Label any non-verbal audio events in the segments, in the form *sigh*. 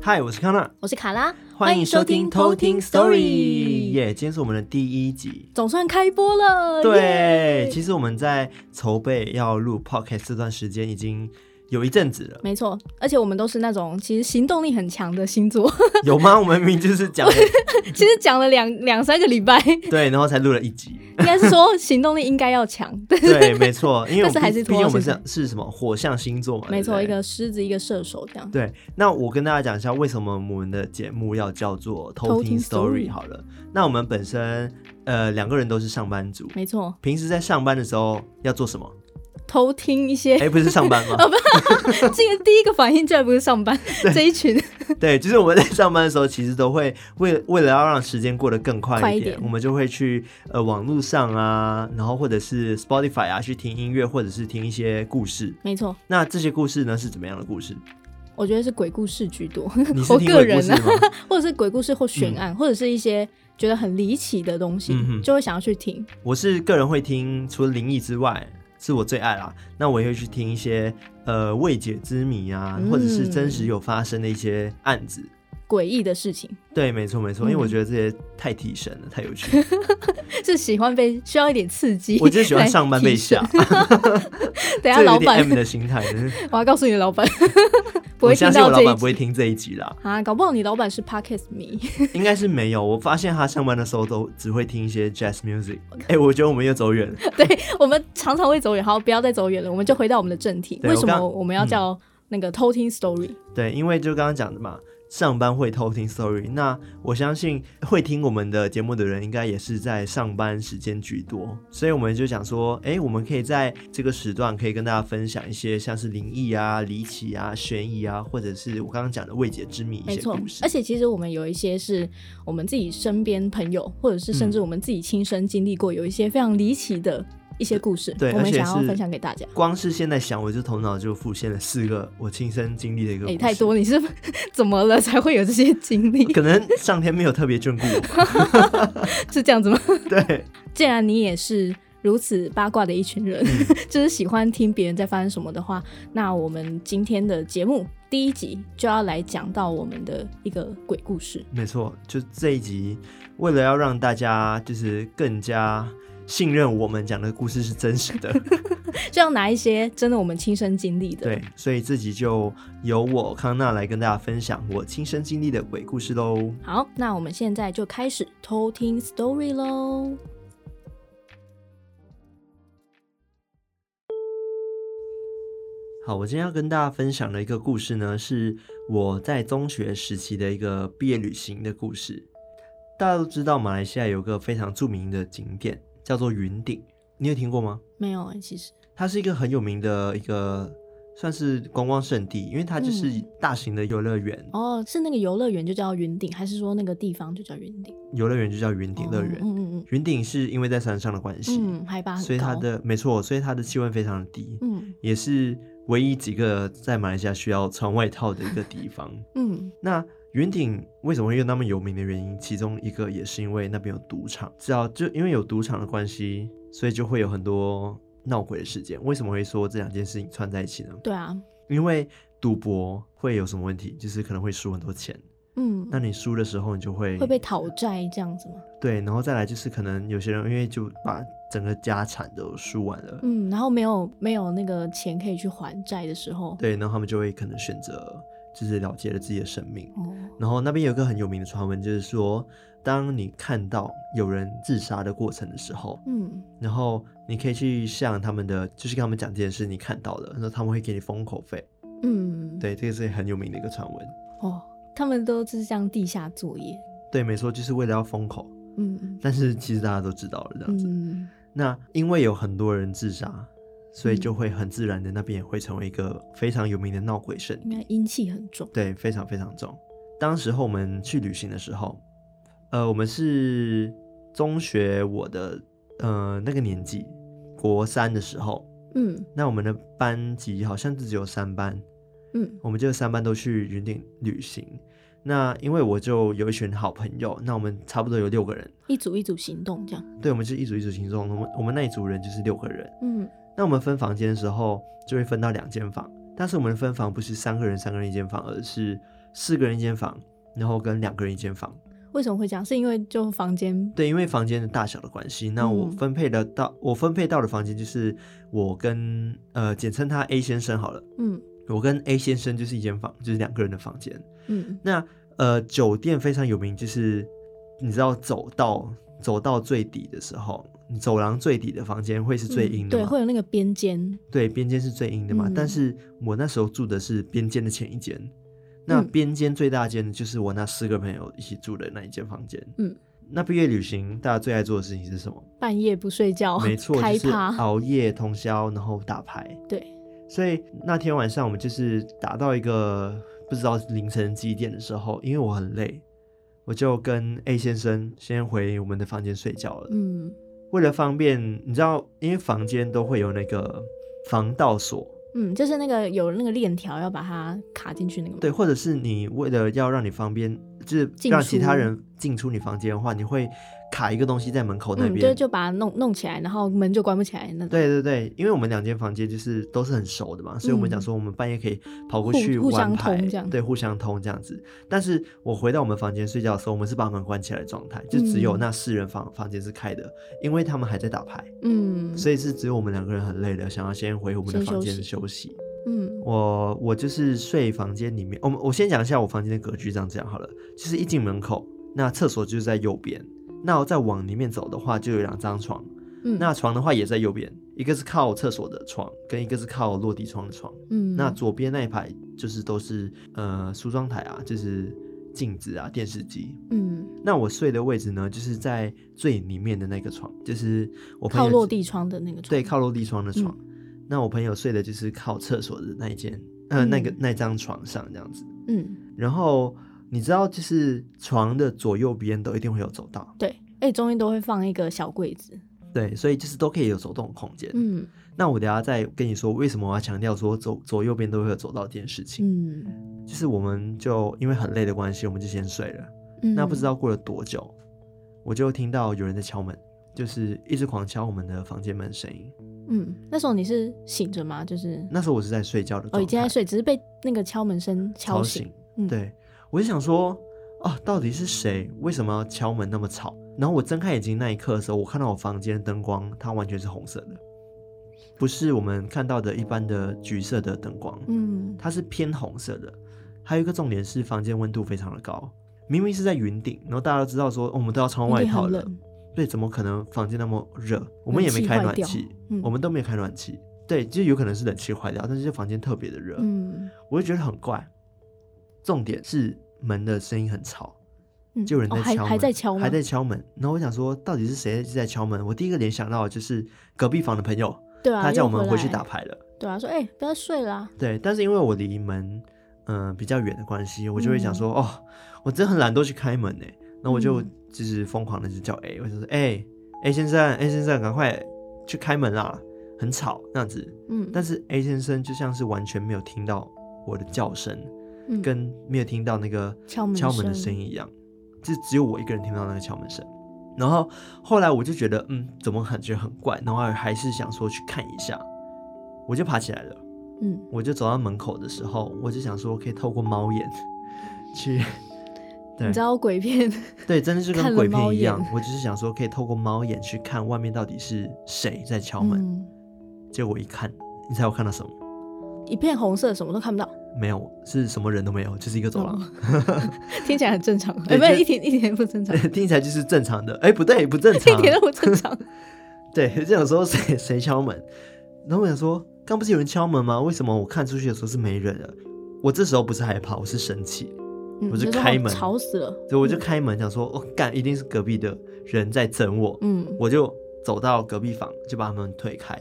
嗨，我是康娜，我是卡拉，欢迎收听偷听 Story。耶耶今天是我们的第一集。总算开播了，对哦耶，其实我们在筹备要录 podcast 这段时间已经有一阵子了，没错，而且我们都是那种其实行动力很强的 *laughs* 星座，有吗？我们明明就是 *laughs* 讲了其实讲了两两三个礼 *laughs* 拜，应对，然后才录了一集。该是说行动力应该要强，*laughs* 对，对，没 *laughs* 错，因为我但是还是毕毕竟我们拖是到是什么火象星座嘛，没错，对一不对个狮子，一个射手这样。对，那我跟大家讲一下为什么我们的节目要叫做偷偷听听 story story 好了。那我们本身呃两个人都是上班族，没错，平时在上班的时候要做什么？偷听一些哎、，不是上班吗？ *laughs* 这个第一个反应居然不是 *laughs* 上班这一群，对，就是我们在上班的时候，其实都会 *laughs* 为为了要让时间过得更快一快点，一点我们就会去呃网络上啊，然后或者是 Spotify 啊去听音乐，或者是听一些故事。没错，那这些故事呢是怎么样的故 *laughs* 事？我觉得是鬼故事居多， *laughs* 你是我听个鬼故人事啊，吗？ *laughs* 或者是鬼故事或悬案，或者是一些觉得很离奇的东西，嗯嗯哼就会想要去听。我是个人会听，除了灵异之外，是我最爱啦。那我也会去听一些呃未解之谜啊，嗯或者是真实有发生的一些案子。诡异的事情，对，没错没嗯错，因为我觉得这些太提神了，太有趣 *laughs* 了。是喜欢被需要一点刺激。我就是喜欢上班被吓， *laughs* *laughs* 等下这老有点板 M，的心态。真是我要告诉你老 *laughs* 板， *laughs* 不我会听相信我到老这一板不会集听这一集啦，啊，搞不好你老板是 Podcast 迷，应该是没有。我发现他上班的时候都只会听一些 jazz music。哎、我觉得我们又走远了。 *laughs* 我们常常会走远，好，不要再走远了，我们就回到我们的正题。对为什我么刚嗯我们要叫那个偷听 story？对，因为就刚刚讲的嘛，上班会偷听 story。那我相信会听我们的节目的人，应该也是在上班时间居多，所以我们就想说，哎，我们可以在这个时段可以跟大家分享一些像是灵异啊、离奇啊、悬疑啊，或者是我刚刚讲的未解之谜一没些错故，事而。且其实我们有一些是我们自己身边朋友，或者是甚至我们自己亲身经历过，有一些非常离奇的一些故事，对我们而且想要是分享给大家。光是现在想，我就头脑就浮现了四个我亲身经历的一个故哎、事。太多，你是 *laughs* 怎么了才会有这些经历？可能上天没有特别眷顾我吧。 *laughs* 是这样子吗？对， *laughs* 既然你也是如此八卦的一群人，嗯 *laughs* 就是喜欢听别人在发生什么的话，那我们今天的节目第一集就要来讲到我们的一个鬼故事。没错，就这一集，为了要让大家就是更加信任我们讲的故事是真实 *laughs* 的，就要拿一些真的我们亲身经历的，对，所以这集就由我康纳来跟大家分享我亲身经历的鬼故事喽。好，那我们现在就开始偷听 story 喽。好，我今天要跟大家分享的一个故事呢，是我在中学时期的一个毕业旅行的故事。大家都知道，马来西亚有个非常著名的景点叫做云顶，你有听过吗？没有哎、其实它是一个很有名的一个算是观光胜地，因为它就是嗯大型的游乐园，哦，是那个游乐园就叫云顶，还是说那个地方就叫云顶？游乐园就叫云顶乐园。哦嗯嗯云顶是因为在山上的关系，嗯嗯，海拔很高，所以它的没错，所以它的气温非常的低，嗯也是唯一几个在马来西亚需要穿外套的一个地方。 *laughs* 嗯那云顶为什么会有那么有名的原因，其中一个也是因为那边有赌场，只要就因为有赌场的关系，所以就会有很多闹鬼的事件。为什么会说这两件事情串在一起呢？对啊，因为赌博会有什么问题？就是可能会输很多钱。嗯那你输的时候，你就会会被讨债这样子吗？对，然后再来就是可能有些人因为就把整个家产都输完了，嗯，然后没有没有那个钱可以去还债的时候，对，然后他们就会可能选择就是了结了自己的生命。哦，然后那边有一个很有名的传闻，就是说，当你看到有人自杀的过程的时候，嗯，然后你可以去向他们的，就是跟他们讲这件事你看到了，然后他们会给你封口费。嗯，，对，这个是很有名的一个传闻。哦，他们都是这样地下作业，对，没错，就是为了要封口。嗯但是其实大家都知道了这样子。嗯，那因为有很多人自杀，所以嗯就会很自然的那边也会成为一个非常有名的闹鬼圣应地。该阴气很重，对，非常非常重。当时候我们去旅行的时候，呃，我们是中学我的呃那个年纪，国三的时候，嗯那我们的班级好像只有三班，嗯我们就三班都去云顶旅行。那因为我就有一群好朋友，那我们差不多有六个人，一组一组行动这样，对，我们是一组一组行动，我们我们那一组人就是六个人。嗯那我们分房间的时候，就会分到两间房，但是我们的分房不是三个人三个人一间房，而是四个人一间房，然后跟两个人一间房。为什么会这样？是因为就房间对，因为房间的大小的关系，那我嗯分配的到、我分配到的房间就是我跟呃，简称他 A 先生好了，嗯我跟呃 A 先生就是一间房，就是两个人的房间。嗯那呃，酒店非常有名，就是你知道走到走到最底的时候，你走廊最底的房间会是最阴嗯的对，嘛？会有那个边间，对，边间是最阴的嘛。嗯但是我那时候住的是边间的前一间，那嗯边间最大间的就是我那四个朋友一起住的那一间房间。嗯，那毕业旅行大家最爱做的事情是什么？半夜不睡觉，没错，哦开就是啊趴，熬夜通宵，然后打牌。对，所以那天晚上我们就是打到一个不知道凌晨几点的时候，因为我很累，我就跟 A 先生先回我们的房间睡觉了。嗯为了方便，你知道，因为房间都会有那个防盗锁，嗯，就是那个有那个链条要把它卡进去那个嘛，对，或者是你为了要让你方便，就是进让其他出人进出你房间的话，你会卡一个东西在门口那嗯，就边。就把它弄弄起来，然后门就关不起来，那对对对，因为我们两间房间就是都是很熟的嘛，所以我们讲嗯说我们半夜可以跑过互去互玩相牌，通这样对，互相通这样子。但是我回到我们房间睡觉的时候，我们是把门关起来的状态，就只有嗯那四人房房间是开的，因为他们还在打牌，嗯，所以是只有我们两个人很累了，想要先回我们的先房休间息休息。嗯我我就是睡房间里面，我们我先讲一下我房间的格局，这样讲好了。就是一进门口，那厕所就是在右边，那再往里面走的话，就有两张床。嗯，那床的话也在右边，一个是靠厕所的床，跟一个是靠落地窗的床。嗯那左边那一排就是都是呃梳妆台啊，就是镜子啊、电视机。嗯那我睡的位置呢，就是在最里面的那个床，就是我朋友靠落地窗的那个床，嗯对靠落地窗的床。那我朋友睡的就是靠厕所的那一间，呃，嗯那个那张床上这样子。嗯然后你知道，就是床的左右边都一定会有走道，对，哎，中间都会放一个小柜子，对，所以就是都可以有走动的空间。嗯那我等一下再跟你说为什么我要强调说左左右边都会有走道这件事情。嗯就是我们就因为很累的关系，我们就先睡了。嗯，那不知道过了多久，我就听到有人在敲门，就是一直狂敲我们的房间门声音。嗯，那时候你是醒着吗？就是那时候我是在睡觉的状态，哦，已经在睡，只是被那个敲门声吵敲醒醒。。嗯，，对，我就想说，啊，到底是谁？为什么要敲门那么吵？然后我睁开眼睛那一刻的时候，我看到我房间的灯光，它完全是红色的，不是我们看到的一般的橘色的灯光。嗯它是偏红色的。还有一个重点是房间温度非常的高，明明是在云顶，然后大家都知道说、哦我们都要穿一外定套很了，冷，对，怎么可能房间那么热？我们也没开暖气，嗯我们都没有开暖气，对，就有可能是冷气坏掉，但是这房间特别的热，嗯我就觉得很怪。重点是门的声音很吵，嗯，就有人哦在还敲门，还在敲吗，还在敲门。然后我想说，到底是谁在敲门？我第一个联想到的就是隔壁房的朋友，对啊，他叫又我们回回去来打，牌了。对啊，说哎不要睡啦，对，但是因为我离门嗯、呃比较远的关系，我就会想说，哦，我真的很懒惰去开门呢。欸那我就嗯就是疯狂的就叫 A，我就说，哎、a 先生，A 先生，赶快去开门啦，很吵那样子。嗯，但是 A 先生就像是完全没有听到我的叫声，嗯跟没有听到那个敲门敲门的声音一样，就只有我一个人听到那个敲门声。然后后来我就觉得，嗯，怎么感觉很怪，然后还是想说去看一下，我就爬起来了。嗯，我就走到门口的时候，我就想说可以透过猫眼 *laughs* *laughs* 去，对你知道鬼片，对，真的是看跟了鬼片猫一样眼。我只是想说可以透过猫眼去看外面到底是谁在敲门。嗯，结果我一看，你猜我看到什么？一片红色，什么都看不到， *laughs* 没有，是什么人都没有，就是一个走廊。哦听起来很正常，对哎，不就是一点一点也不正常， *laughs* 听起来就是正常的，哎、不对，不 *laughs* 正一常。点都不正 *laughs* 常，对，这种时候谁谁敲门？然后我想说，刚不是有人敲门吗？为什么我看出去的时候是没人了？我这时候不是害怕，我是生气。嗯我就那时候开门吵死了，所以我就开门想说，我、干，一定是隔壁的人在整我，嗯，我就走到隔壁房，就把他们推开，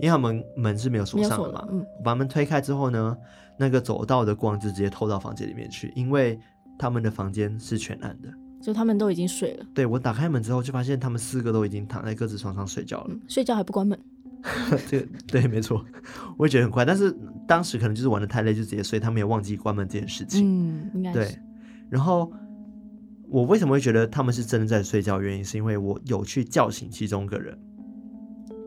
因为他们门是没有锁没有上锁的嘛了，。嗯我把他们推开之后呢，那个走道的光就直接透到房间里面去，因为他们的房间是全暗的。就他们都已经睡了，对我打开门之后，就发现他们四个都已经躺在各自床上睡觉了。嗯，睡觉还不关门，这个 *laughs* 对，没错，我也觉得很快，但是当时可能就是玩的太累，就直接睡，他们也忘记关门这件事情。嗯，应该对是，，然后我为什么会觉得他们是真的在睡觉？原因是因为我有去叫醒其中一个人，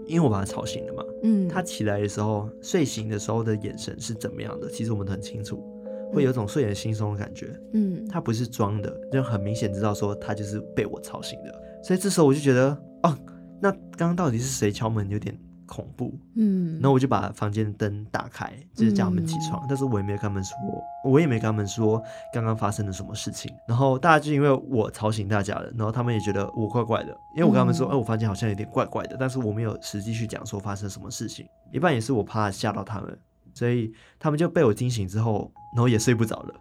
因为我把他吵醒了嘛。嗯，他起来的时候，睡醒的时候的眼神是怎么样的？其实我们都很清楚，会有种睡眼惺忪的感觉。嗯，他不是装的，就很明显知道说他就是被我吵醒的。所以这时候我就觉得，哦，那刚刚到底是谁敲门，有点恐怖。嗯，然后我就把房间灯打开，就是叫他们起床，但是我也没有跟他们说，我也没跟他们说刚刚发生了什么事情。然后大家就因为我吵醒大家了，然后他们也觉得我怪怪的，因为我跟他们说，嗯哎、我房间好像有点怪怪的，但是我没有实际去讲说发生什么事情，一半也是我怕吓到他们，所以他们就被我惊醒之后，然后也睡不着了。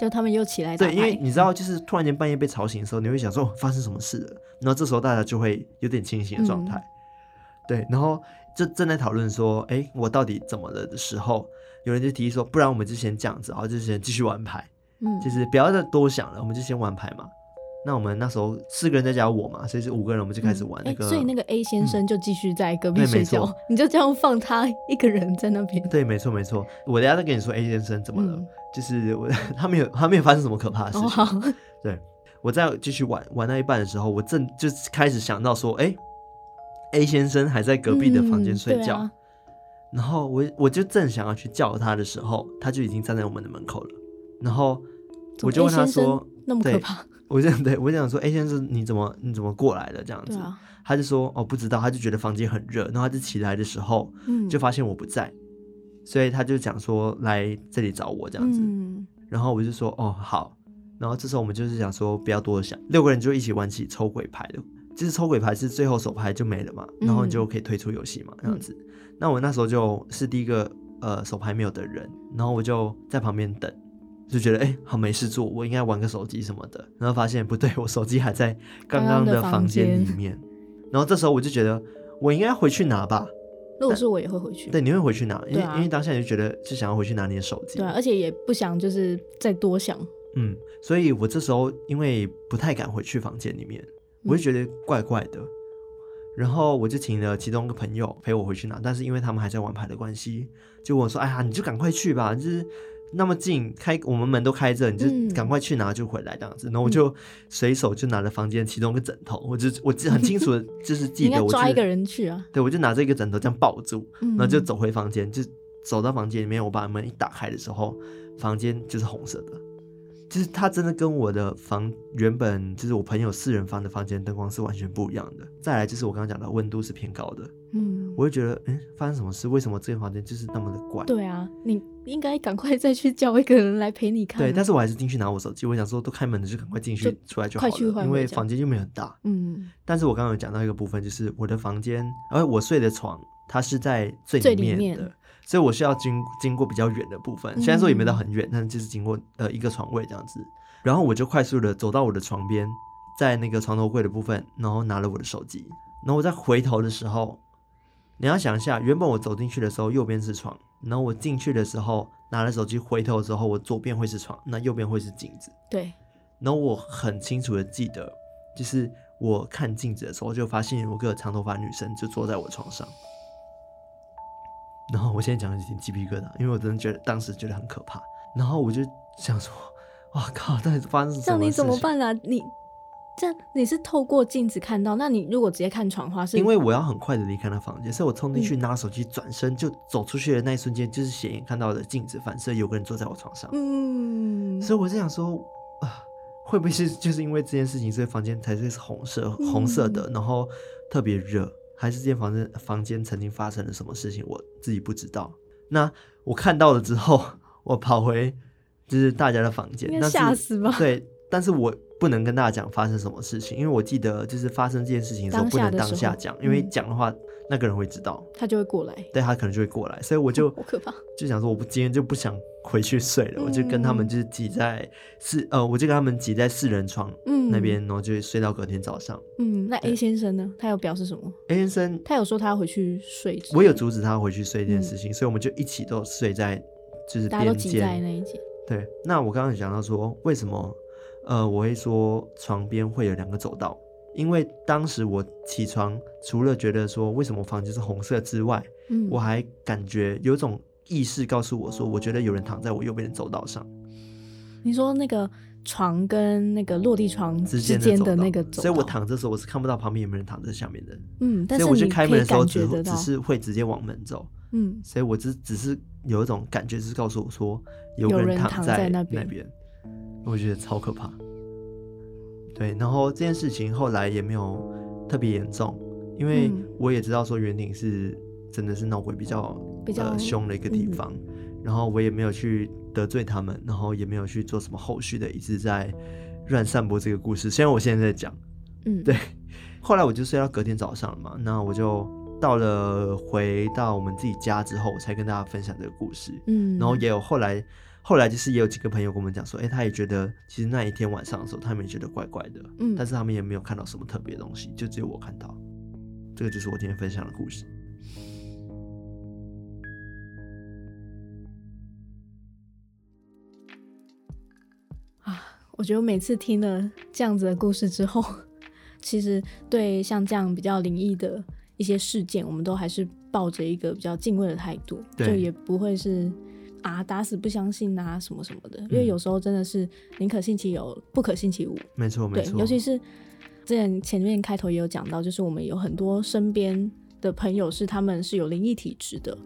就他们又起来打对，牌，嗯因为你知道，就是突然间半夜被吵醒的时候，你会想说、哦、发生什么事了，然后这时候大家就会有点清醒的状态。嗯对，然后就正在讨论说，哎、我到底怎么了的时候，有人就提议说，不然我们就先这样子，然后就先继续玩牌，嗯，就是不要再多想了，我们就先玩牌嘛。那我们那时候四个人再加我嘛，所以是五个人，我们就开始玩嗯那诶个。所以那个 A 先生就继续在隔壁对睡没错觉， *laughs* 你就这样放他一个人在那边，对，没错没错，我等一下再跟你说 A 先生怎么了，嗯就是我 *laughs* 他没有 *laughs* 他没有发生什么可怕的事哦情，好，我在继续玩玩到一半的时候，我正就是开始想到说，哎、a 先生还在隔壁的房间嗯睡对觉，啊然后我我就正想要去叫他的时候，他就已经站在我们的门口了。然后怎么我就问他 A 先生说那么可对怕，：“我就 *laughs* 对我就想说，A 先生你怎么你怎么过来了？”这样对子，啊，他就说：“哦，不知道。”他就觉得房间很热，然后他就起来的时候嗯，就发现我不在，所以他就讲说来这里找我这样子。嗯然后我就说哦好，然后这时候我们就是想说不要多想，六个人就一起玩起抽鬼牌了。就是抽鬼牌是最后手牌就没了嘛，嗯然后你就可以退出游戏嘛，这样子。那我那时候就是第一个呃手牌没有的人，然后我就在旁边等，就觉得哎、好没事做，我应该玩个手机什么的。然后发现不对，我手机还在刚刚刚刚的的房房间里间面。然后这时候我就觉得我应该回去拿吧，如果是我也会回去，对，你会回去拿，因为、对啊因为当下你就觉得就想要回去拿你的手机，对啊，而且也不想就是再多想，嗯，所以我这时候因为不太敢回去房间里面，我嗯就觉得怪怪的，然后我就请了其中一个朋友陪我回去拿，但是因为他们还在玩牌的关系，就问我说：“哎呀，你就赶快去吧，就是那么近，开我们门都开着，你嗯就赶快去拿就回来这样子。”然后我就随手就拿了房间其中一个枕头，我就我记很清楚的就是 *laughs* 你记应该得我抓是一个人去啊，对，我就拿着一个枕头这样抱住，嗯，然后就走回房间，就走到房间里面，我把门一打开的时候，房间就是红色的，就是它真的跟我的房原本就是我朋友四人房的房间灯光是完全不一样的。再来就是我刚刚讲的温度是偏高的，嗯，我就觉得，嗯，发生什么事？为什么这个房间就是那么的怪？对啊，你应该赶快再去叫一个人来陪你看啊，对但是我还是进去拿我手机，我想说都开门了，就赶快进就去出来就好快去了，换因位为这样房间又没有很大。嗯，但是我刚刚有讲到一个部分，就是我的房间，而我睡的床，它是在最最里里面的，面所以我是要经经过比较远的部分。嗯虽然说也没到很远，但是就是经过呃一个床位这样子。然后我就快速的走到我的床边，在那个床头柜的部分，然后拿了我的手机。然后我再回头的时候，你要想一下，原本我走进去的时候右边是床，然后我进去的时候拿了手机，回头之后我左边会是床，那右边会是镜子。对，然后我很清楚的记得，就是我看镜子的时候，就发现有个长头发女生就坐在我床上。然后我现在讲的有点鸡皮疙瘩，因为我真的觉得当时觉得很可怕。然后我就想说，哇靠，到底发生什么事情？这样你怎么办啊？你这样你是透过镜子看到，那你如果直接看床的话是因为我要很快的离开那房间，所以我冲进去嗯拿手机，转身就走出去的那一瞬间，就是显眼看到的镜子反射有个人坐在我床上。嗯，所以我是想说，啊，会不会是就是因为这件事情，所以房间才会是红色嗯红色的，然后特别热，还是这间房间房间曾经发生了什么事情，我自己不知道。那我看到了之后，我跑回就是大家的房间，应该但是吓死吧？对，但是我不能跟大家讲发生什么事情，因为我记得就是发生这件事情的时候当不下能的当时下候讲，因为嗯讲的话那个人会知道，他就会过来，对他可能就会过来，所以我 *laughs* 就好可怕。就想说我不今天就不想回去睡了，我就跟他们嗯就是挤在四呃，我就跟他们挤在四人床嗯，那边，然后就睡到隔天早上。嗯，那 A 对先生呢？他有表示什么？ A 先生，他有说他要回去睡之类的，我有阻止他回去睡这件事情，所以我们就一起都睡在就是嗯大家都边挤在间。那一间，对，那我刚刚有讲到说为什么呃我会说床边会有两个走道，因为当时我起床除了觉得说为什么房间是红色之外，嗯，我还感觉有种意识告诉我说，我觉得有人躺在我右边的走道上。你说那个床跟那个落地床之之间间走的道那个走道，所以我躺着的时候我是看不到旁边有没有人躺在下面的，嗯，但所以是我去你开可门以的时候感只觉会得只到，是会直接往门走，嗯，所以我只只是有一种感觉，就是告诉我说有有个人躺躺在在那边，边我觉得超可怕。对，然后这件事情后来也没有特别严重，因为嗯我也知道说圆顶是真的是闹鬼比较比较嗯呃、凶的一个地方，然后我也没有去得罪他们，然后也没有去做什么后续的，一直在乱散播这个故事。虽然我现在在讲，嗯，对后来我就睡到隔天早上了嘛，那我就哦到了回到我们自己家之后，我才跟大家分享这个故事。嗯，然后也有后来，后来就是也有几个朋友跟我们讲说，哎、他也觉得其实那一天晚上的时候，他们也觉得怪怪的，嗯但是他们也没有看到什么特别的东西，就只有我看到。这个就是我今天分享的故事。我觉得每次听了这样子的故事之后， *laughs* 其实对像这样比较灵异的一些事件，我们都还是抱着一个比较敬畏的态度，对就也不会是啊打死不相信啊什么什么的，嗯因为有时候真的是宁可信其有，不可信其无。没错，没对，错，尤其是之前前面开头也有讲到，就是我们有很多身边的朋友是他们是有灵异体质的，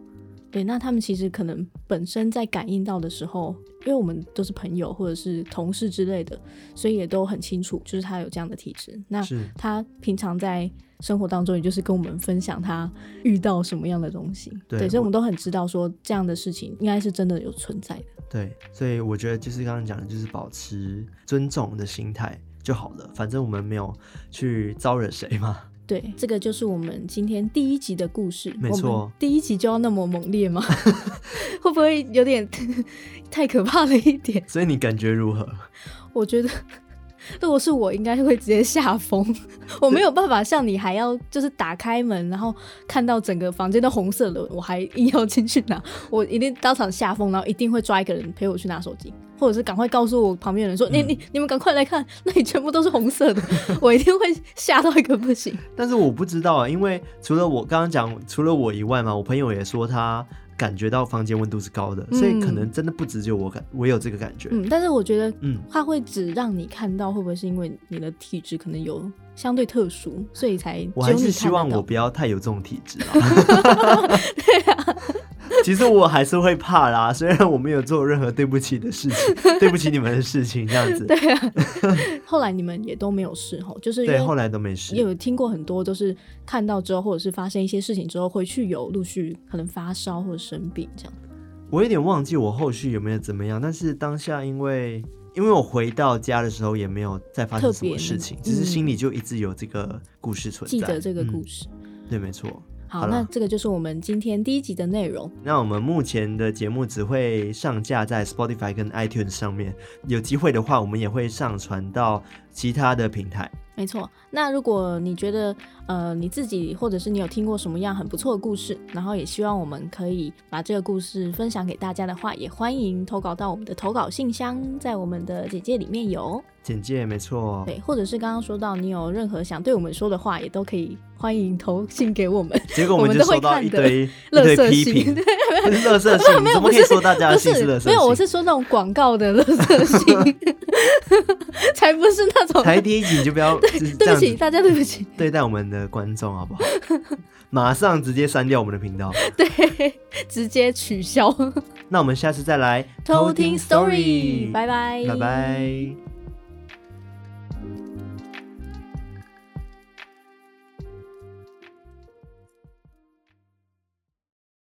对，那他们其实可能本身在感应到的时候，因为我们都是朋友或者是同事之类的，所以也都很清楚，就是他有这样的体质。那是他平常在生活当中，也就是跟我们分享他遇到什么样的东西，对所以我我们都很知道说这样的事情应该是真的有存在的。对，所以我觉得就是刚刚讲的，就是保持尊重的心态就好了。反正我们没有去招惹谁嘛。对，这个就是我们今天第一集的故事。没错我们第一集就要那么猛烈吗？ *laughs* 会不会有点 *laughs* 太可怕了一点？所以你感觉如何？我觉得，如果是我，应该会直接吓疯。我没有办法像你，还要就是打开门，然后看到整个房间都红色的，我还硬要进去拿，我一定当场吓疯，然后一定会抓一个人陪我去拿手机，或者是赶快告诉我旁边的人说：“嗯你你你们赶快来看，那里全部都是红色的。”我一定会吓到一个不行。但是我不知道啊，因为除了我刚刚讲，除了我以外嘛，我朋友也说他感觉到房间温度是高的，嗯所以可能真的不只有我感，我有这个感觉。嗯，但是我觉得嗯，它会只让你看到，会不会是因为你的体质可能有相对特殊，所以才我只还有你是希看得望到我不要太有这种体质 *laughs* 啊。啊其实我还是会怕啦，虽然我没有做任何对不起的事情，对不起你们的事情这样子。 *laughs* 对啊。后来你们也都没有事吼，就是因对，后为来都没也事。有听过很多，就是看到之后或者是发生一些事情之后，回去有陆续可能发烧或者生病这样。我有点忘记我后续有没有怎么样，但是当下因为因为我回到家的时候也没有再发生特什么别事那情，个只是嗯心里就一直有这个故事存在，记得这个故事。事。对，没错。好好，啦那这个就是我们今天第一集的内容。那我们目前的节目只会上架在 Spotify 跟 iTunes 上面，有机会的话，我们也会上传到其他的平台。没错，那如果你觉得呃你自己或者是你有听过什么样很不错的故事，然后也希望我们可以把这个故事分享给大家的话，也欢迎投稿到我们的投稿信箱，在我们的简介里面有。简介没错，对，或者是刚刚说到你有任何想对我们说的话，也都可以欢迎投信给我们。结果我们我们就都会收到看一的堆一垃堆圾批信 *laughs* 评，对这是垃圾信，你怎么可以说大家的不信是是 *laughs* 垃圾信？没有，我是说那种广告的垃圾信， *laughs* 才不是那种。才第一集你就不要就是这 *laughs* 对样不起，子大家对不起。对待我们的观众好不好？ *laughs* 马上直接删掉我们的频道。对，直接取消。那我们下次再来偷听 Story，拜拜，拜拜。